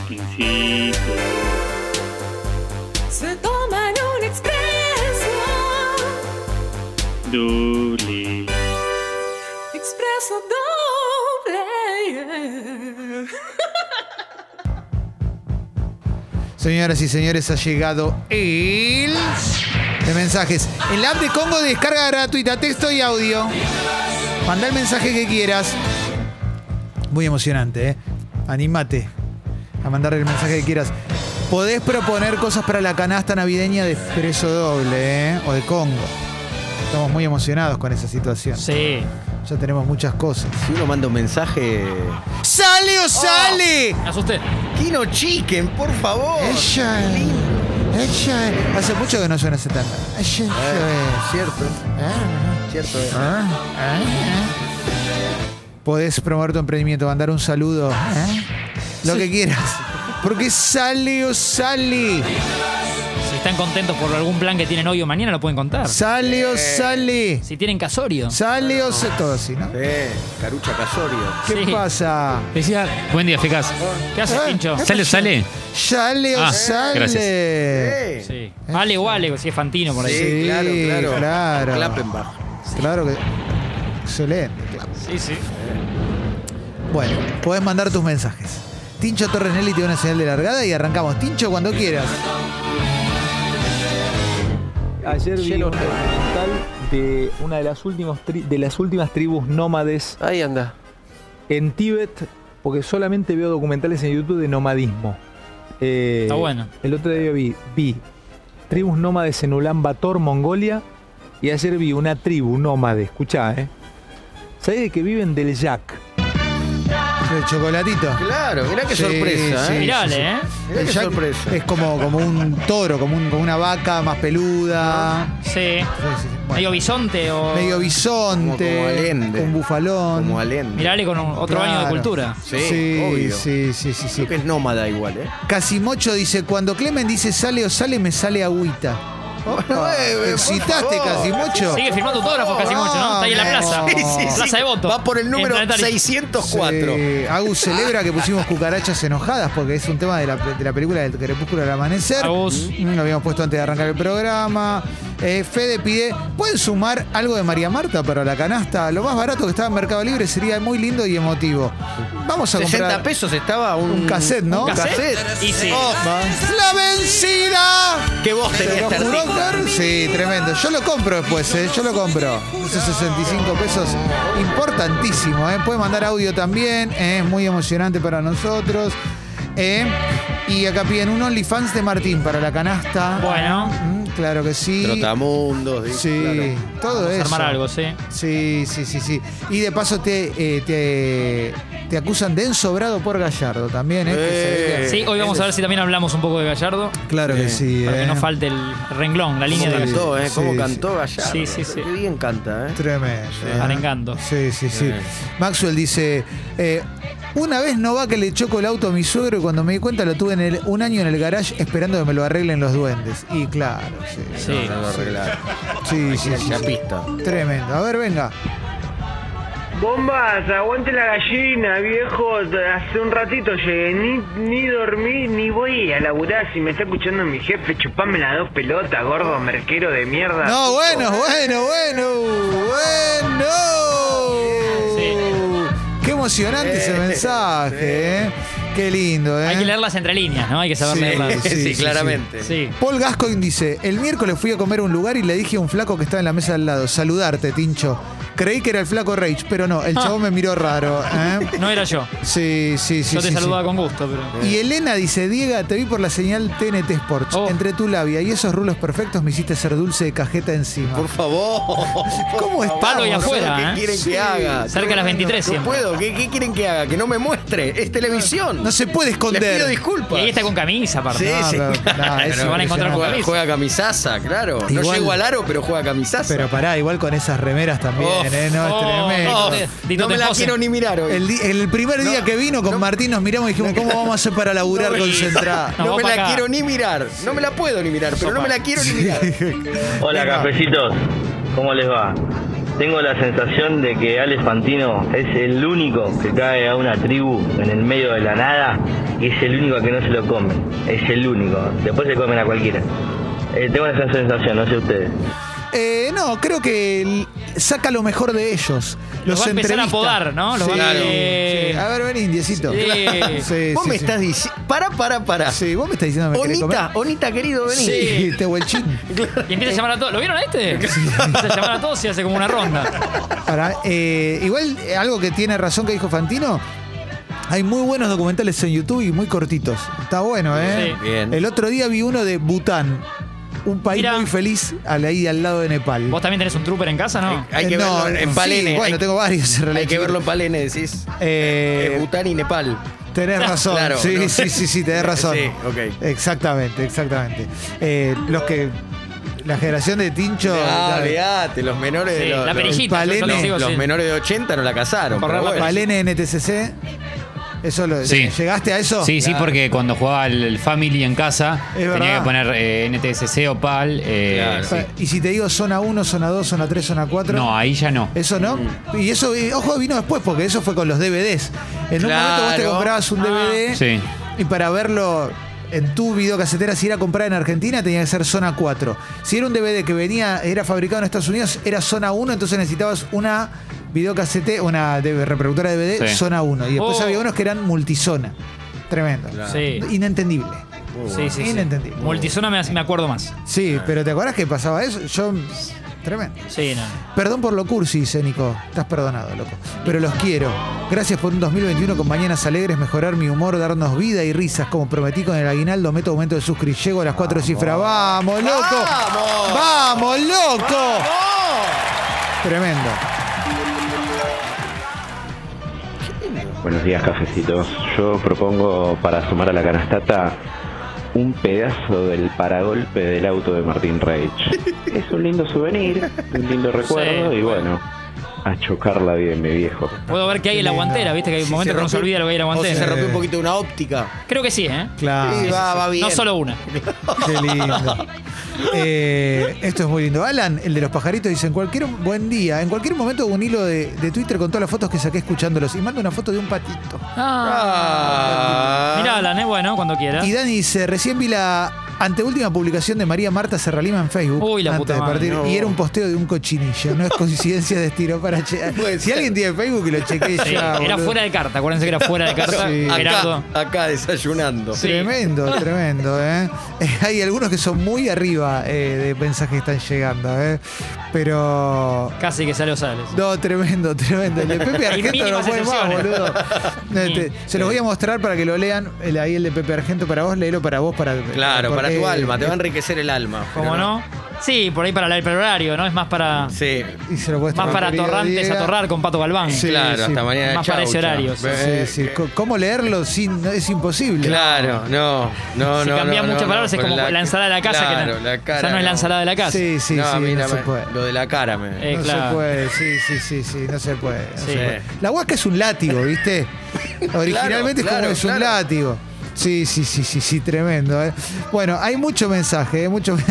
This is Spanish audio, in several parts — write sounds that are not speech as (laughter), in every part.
Martincito. Se toman un expreso, Doble. expreso doble. Señoras y señores, ha llegado el de mensajes. En la app de Congo descarga gratuita, texto y audio. Manda el mensaje que quieras. Muy emocionante, ¿eh? Animate a mandar el mensaje que quieras. Podés proponer cosas para la canasta navideña de expreso doble, ¿eh? O de Congo. Estamos muy emocionados con esa situación. Sí. Ya tenemos muchas cosas. Oh. Si uno manda un mensaje. ¡Sale o sale! Me asusté. Kino Chicken, por favor. Ella es. Ella es. Hace mucho que no suena ese tanto. Ella es. Cierto, Ah, Eh, cierto. eh. ah, ah, ah. Podés promover tu emprendimiento, mandar un saludo. ¿eh? Lo que quieras. Porque sale o sale. Si están contentos por algún plan que tienen hoy o mañana, lo pueden contar. Sale o sale. Si tienen casorio. Sale o sale. Todo así, ¿no? Eh, Carucha Casorio. ¿Qué Sí. pasa? Decía, buen día, Fecas. ¿Qué haces, Eh, pincho? eh. ¿Sale, sale? Sale o Ah, sale. Eh. Sí. Ale o Ale, si es Fantino por ahí. Sí, claro, claro. claro. Klappenbach. Claro que. Excelente. claro. Sí, sí. Bueno, podés mandar tus mensajes. Tincho Torres Nelly te da una señal de largada y arrancamos. Tincho, cuando quieras. Ayer vi un documental de una de las, últimas tri- de las últimas tribus nómades Ahí anda. en Tíbet, porque solamente veo documentales en YouTube de nomadismo. Eh, Está bueno. El otro día vi, vi tribus nómades en Ulan Bator, Mongolia, y ayer vi una tribu nómade, escuchá, ¿eh? ¿Sabés de que viven del yak? El chocolatito. Claro, mirá qué Sí, sorpresa, sí. ¿eh? sí, Mirá, Ale, sí. ¿eh? Mirá El qué jack sorpresa. Es como, como un toro, como, un- como una vaca más peluda. ¿eh? Sí. Sí, sí, sí. Bueno, Medio bisonte o. medio Como- como bisonte. alende. un bufalón. Como Alén. Mirá, Ale, con un- otro Claro. año de cultura. Sí, sí, obvio. sí, sí, sí, sí. Creo que es nómada igual, ¿eh? Casimocho dice, cuando Clemen dice sale o sale, me sale (laughs) agüita. Opa, Eh, eh, por ¿Excitaste, favor. Casimocho? Sigue firmando autógrafos casi mucho, ¿no? Está ahí en la plaza. Sí, sí, sí. Plaza de voto. Va por el número En Planetario. 604. Sí. Agus celebra que pusimos cucarachas enojadas porque es un tema de la, de la película del crepúsculo al amanecer. Agus. Mm, Lo habíamos puesto antes de arrancar el programa. Eh, Fede pide, ¿pueden sumar algo de María Marta para la canasta? Lo más barato que estaba en Mercado Libre sería muy lindo y emotivo. Vamos a 60 comprar pesos estaba un, un cassette, ¿no? un cassette. Y sí. Oh, ¡La vencida! que vos ¿Te tenías lo este juró, artículo. Fer? Sí, tremendo. Yo lo compro después, ¿eh? yo lo compro. Esos 65 pesos, importantísimo. ¿eh? Puede mandar audio también, ¿eh? es muy emocionante para nosotros. ¿eh? Y acá piden un OnlyFans de Martín para la canasta. Bueno. Mm, claro que sí. Trotamundos, dice, Sí, claro. todo Vamos a eso. Eh, armar algo, sí. Sí, sí, sí, sí. Y de paso te, eh, te, te acusan de ensobrado por Gallardo también, ¿eh? Que se- Eh, Sí, hoy vamos a ver si también hablamos un poco de Gallardo. Claro que Eh, sí. Para que ¿eh? no falte el renglón, la línea Cómo de Sí. Gallardo. cantó, ¿eh? Cómo Sí, cantó Gallardo. Sí, sí, sí. Qué bien canta, ¿eh? Tremendo. ¿eh? Arengando. Sí, sí, sí. Maxwell dice, eh, una vez no va que le choco el auto a mi suegro y cuando me di cuenta lo tuve en el, un año en el garage esperando que me lo arreglen los duendes. Y claro, sí. Sí. No lo arreglaron. Sí, sí, La sí, sí. chapista. Tremendo. A ver, venga. Bombas, aguante la gallina, viejo. Hace un ratito llegué, ni, ni dormí, ni voy a laburar. Si me está escuchando mi jefe, chupame las dos pelotas, gordo merquero de Ah. mierda. No, bueno, bueno, bueno, bueno. Sí. Qué emocionante ese mensaje, ¿eh? Qué lindo, ¿eh? Hay que leer las entre líneas, ¿no? Hay que saber leerlas. (laughs) sí, sí, Sí, sí. claramente. Sí. Paul Gascoigne dice, el miércoles fui a comer a un lugar y le dije a un flaco que estaba en la mesa al lado, saludarte, Tincho. Creí que era el flaco Rage, pero no, el chavo me miró raro. ¿eh? No era yo. Sí, sí, sí. Yo te sí, sí. saludaba con gusto, pero. Y Elena dice, Diega, te vi por la señal TNT Sports. Oh. Entre tu labia y esos rulos perfectos me hiciste ser dulce de cajeta encima. Por favor. ¿Cómo es estamos? Palo y afuera, ¿Qué ¿eh? quieren Sí. que haga? Cerca de las 23 No siempre. puedo. ¿Qué, qué quieren que haga? Que no me muestre. Es televisión. No se puede Les pido esconder. Y disculpas. ahí está con camisa, Sí, aparte. Ah. sí. (laughs) pero- nah, es Se van a encontrar impresionante. con- Juega, juega camisaza, claro. No Igual- llego al aro, pero juega camisaza. Pero pará, igual con esas remeras también, Oh, ¿eh? No, es oh, tremendo. Oh, Dito no me la Tempoce. quiero ni mirar hoy. El, di- el primer día No, que vino con no. Martín nos miramos y dijimos, ¿cómo vamos a hacer para laburar No, concentrada? No, No, vos me pa' la acá. quiero ni mirar. No me la puedo ni mirar, pero no me la quiero ni mirar. Hola, Venga. cafecitos. ¿Cómo les va? Tengo la sensación de que Alex Fantino es el único que cae a una tribu en el medio de la nada y es el único que no se lo come. Es el único. Después se comen a cualquiera. Eh, tengo esa sensación, no sé ustedes. Eh, no, creo que l- saca lo mejor de ellos. Los va a empezar a entrevista. podar, ¿no? Los sí, va a- claro. eh, Sí. A ver, vení, Diecito. Sí. (laughs) Claro. Sí, Vos sí, me sí. estás diciendo. Para, para, para. Sí, vos me estás diciendo que me querés comer. Onita, Onita querido, vení. Sí. Este huelchín. Y empieza a llamar a todos. ¿Lo vieron a este? Empieza a llamar a todos y hace como una ronda. Pará, eh, igual, eh, algo que tiene razón que dijo Fantino. Hay muy buenos documentales en YouTube y muy cortitos. Está bueno, ¿eh? Sí. Bien. El otro día vi uno de Bután, un país Mirá. muy feliz al- ahí al lado de Nepal. ¿Vos también tenés un trooper en casa, no? Hay que Eh, no, verlo en sí, Palene. bueno, hay, tengo varios en realidad. hay que verlo en Palene, decís. Eh, Eh, Bután y Nepal. Tenés razón, Ah, Claro, sí, no. sí, sí, sí, tenés razón. (laughs) Sí, ok. Exactamente, exactamente. Eh, los que. La generación de Tincho. Ah, la- olvidate, los menores de Sí, los, la los- perejita. el yo solo palene, sigo los sin- menores de 80 no la casaron. Correr pero la bueno. Palene NTCC. Eso lo, Sí. ¿Llegaste a eso? Sí, sí, porque cuando jugaba el, el Family en casa, Es tenía verdad. que poner eh, NTSC o PAL. eh, Claro. sí. Y si te digo zona 1, zona 2, zona 3, zona 4. No, ahí ya no. Eso no. Y eso, eh, ojo, vino después, porque eso fue con los DVDs. En un momento vos te Claro. comprabas un Ah. DVD Sí. y para verlo en tu videocasetera, si era comprada en Argentina, tenía que ser zona 4. Si era un DVD que venía, era fabricado en Estados Unidos, era zona 1, entonces necesitabas una videocasete, una de- reproductora de DVD, Sí. zona 1. Y después Oh. había unos que eran multizona. Tremendo. Sí. Inentendible. Uh. Sí, sí, sí. Inentendible. Multizona me, me acuerdo más. Sí, pero ¿te acordás que pasaba eso? Yo. Tremendo. Sí, no. Perdón por lo cursi, dice Nico. Estás perdonado, loco. Pero los quiero. Gracias por un 2021 con mañanas alegres, mejorar mi humor, darnos vida y risas. Como prometí con el aguinaldo, meto aumento de suscri. Llego a las cuatro cifras. ¡Vamos, loco! ¡Vamos, loco! Tremendo. Buenos días, cafecitos. Yo propongo para sumar a la canastata un pedazo del paragolpe del auto de Martín Reich. Es un lindo souvenir, un lindo recuerdo Sí. y bueno, a chocarla bien, mi viejo. Puedo ver qué hay en la guantera, viste que hay Si momentos se que no se rompió- olvida lo que hay en la O si se guantera. rompió un poquito una óptica. Creo que sí, ¿eh? Claro. Sí, va, va bien. No solo una. Qué lindo. Eh, esto es muy lindo. Alan, el de los pajaritos, dice: en cualquier buen día, en cualquier momento, un hilo de, de Twitter con todas las fotos que saqué escuchándolos. Y manda una foto de un patito. Ah. Mirá, Alan, es bueno cuando quiera. Y Dani dice, recién vi la anteúltima publicación de María Marta Serralima en Facebook. Uy, la antes puta de madre, partir, no. Y era un posteo de un cochinillo. No es coincidencia de estilo para che- (laughs) Puede Si ser. alguien tiene Facebook que lo chequee Sí, ya. era boludo. fuera de carta, acuérdense que era fuera de carta. Sí. Gerardo. Acá, acá desayunando. Sí. (laughs) Tremendo, tremendo, ¿eh? Hay algunos que son muy arriba eh, de mensajes que están llegando, ¿eh? Pero. Casi que salió Sales. No, tremendo, tremendo. El de (laughs) Pepe Argento no mínimas puede más, excepciones. boludo. (laughs) No, Sí. este, se los voy a mostrar para que lo lean. El- ahí el de Pepe Argento para vos, léelo para vos, para. Claro, para tu porque- alma, te va a enriquecer el alma. ¿Cómo Pero no? Sí, por ahí para el horario, ¿no? Es más para. Sí, Y se lo puedes Más tomar, para querido torrantes Diego. a torrar con Pato Galván. Sí, claro, sí. hasta mañana. Más para chau, ese chau. horario, sí, Ve- Sí, sí. Co- ¿Cómo leerlo sin, no, es imposible? Eh, Claro, no, no, Si no. cambian no, no, muchas no, palabras, es pero como la, ensalada de la casa. Claro, que la cara. ya no es la ensalada de la casa. Sí, sí, no, sí, a mí no la- se puede. Lo de la cara me. Eh, no claro. se puede, sí, sí, sí, sí, no se puede. no Sí. se puede. La huasca es un látigo, (laughs) ¿viste? Originalmente es como claro, es un claro. látigo. Sí, sí, sí, sí, sí, tremendo. ¿eh? Bueno, hay mucho mensaje, ¿eh? mucho (laughs)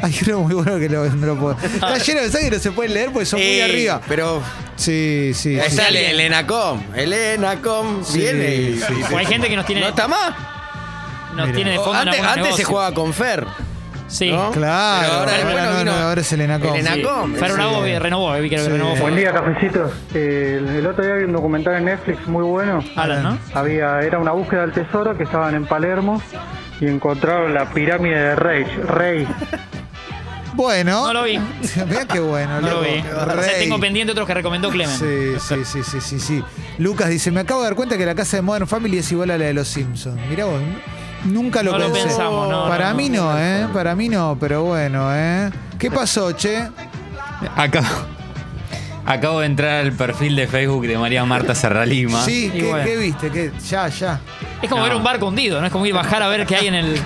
hay uno muy bueno que lo- no lo puedo. (laughs) Está lleno de mensajes que no se pueden leer porque son muy Eh, arriba. Pero Sí, sí. sí. está el, el Enacom. El Enacom Sí, viene. y- sí, y- Porque hay gente que nos tiene, ¿No está más? nos Mira. tiene de fondo en antes algunos antes se negocios. jugaba con Fer. Sí. Claro, ¿no? Pero ahora, ahora, bueno, no, vino- no, ahora es el Enacom. el Sí. Enacom, Fer sí. Bravo y renovó, vi que Sí. renovó fue Buen día, cafecitos. Eh, el, el otro día vi un documental en Netflix muy bueno. Alan, ¿no? Había, era una búsqueda del tesoro que estaban en Palermo y encontraron la pirámide de Rey. Rey. Bueno. No lo vi. (laughs) Mirá qué bueno. No lo loco. vi. O sea, Rey. tengo pendiente otros que recomendó Clemen. Sí, sí, sí, sí, sí, sí. Lucas dice, me acabo de dar cuenta que la casa de Modern Family es igual a la de los Simpsons. Mirá vos, n- nunca lo No lo pensé. pensamos, no, Para no, mí no, ¿eh? Para mí no, pero bueno, ¿eh? ¿Qué pasó, che? Acabo, acabo de entrar al perfil de Facebook de María Marta Serralima. Sí, Y ¿qué, bueno. qué viste? ¿Qué? Ya, ya. Es como No. ver un barco hundido, ¿no? Es como ir bajar a ver qué hay en el.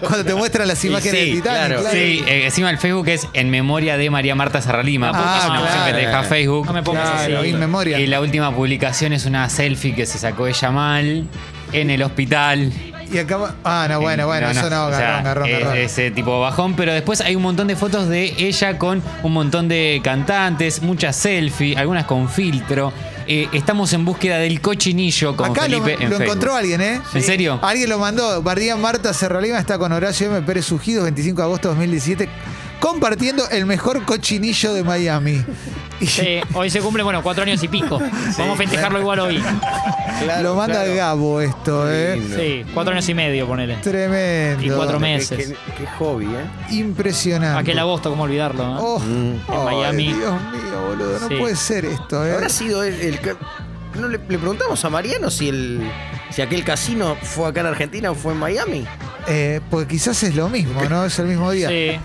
Cuando te muestran las Y imágenes sí, del Titanic. claro. Sí, eh, encima el Facebook es en memoria de María Marta Serralima. Ah, porque es una opción claro. que te deja Facebook. No me pongas Claro, así. in memoria. Y la última publicación es una selfie que se sacó ella mal en el hospital. Y acaba. Ah, no, bueno, bueno, No, no, eso no, o sea, garrón, garrón, eh, garrón. Ese tipo bajón, pero después hay un montón de fotos de ella con un montón de cantantes, muchas selfies, algunas con filtro. Eh, estamos en búsqueda del cochinillo con Acá lo, Felipe en lo Facebook. encontró alguien, ¿eh? ¿En serio? Alguien lo mandó. Bardía Marta Serralima está con Horacio M. Pérez Sugido, 25 de agosto de 2017, compartiendo el mejor cochinillo de Miami. Y Sí, hoy se cumple, bueno, cuatro años y pico. Vamos a festejarlo igual hoy. Claro, lo manda claro. el Gabo esto, ¿eh? Lindo. Sí, cuatro años y medio, ponele. Tremendo. Y cuatro Qué- meses. Qué, qué hobby, ¿eh? Impresionante. Aquel agosto, ¿cómo olvidarlo? no? Ah, Oh, Mm. ay, Miami. Dios mío, boludo. No Sí. puede ser esto, ¿eh? Habrá sido el, el ca- no, le, le preguntamos a Mariano si el si aquel casino fue acá en Argentina o fue en Miami. Eh, porque quizás es lo mismo, ¿no? Es el mismo día. Sí.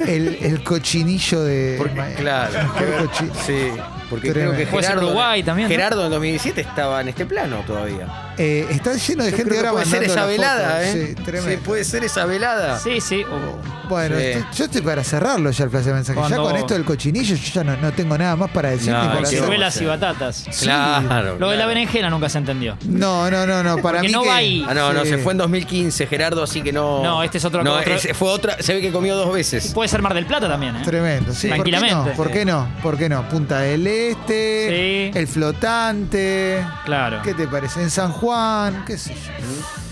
El, el cochinillo de. Porque, Miami. claro, Mejor cochi- sí, porque creo que Tremendo. Puede ser Gerardo, Uruguay también, ¿no? Gerardo en 2017 estaba en este plano todavía. Eh, está lleno de Yo gente creo que ahora puede ser mandando esa las velada, fotos. ¿eh? Sí, tremendo. puede ser esa velada. Sí, sí. Oh. o- Bueno, Sí. estoy- yo estoy para cerrarlo ya el placer de mensaje. Ya Cuando- con esto del cochinillo, yo ya no, no tengo nada más para decirte. No, y para ¿qué hacer. vamos a Ciruelas hacer? y batatas. Claro. Lo de la claro. berenjena nunca se entendió. no, no, no, no. Para Porque mí no que- va ahí. Ah, no, no, Sí. se fue en 2015, Gerardo, así que no. No, este es otro- No, otro- ese fue otra. Se ve que comió dos veces. Puede ser Mar del Plata también, ¿eh? Tremendo, sí. ¿por qué no? Tranquilamente. ¿Por qué no? ¿Por qué no? Punta del Este, Sí. el flotante. Claro. ¿Qué te parece? En San Juan, qué sé yo.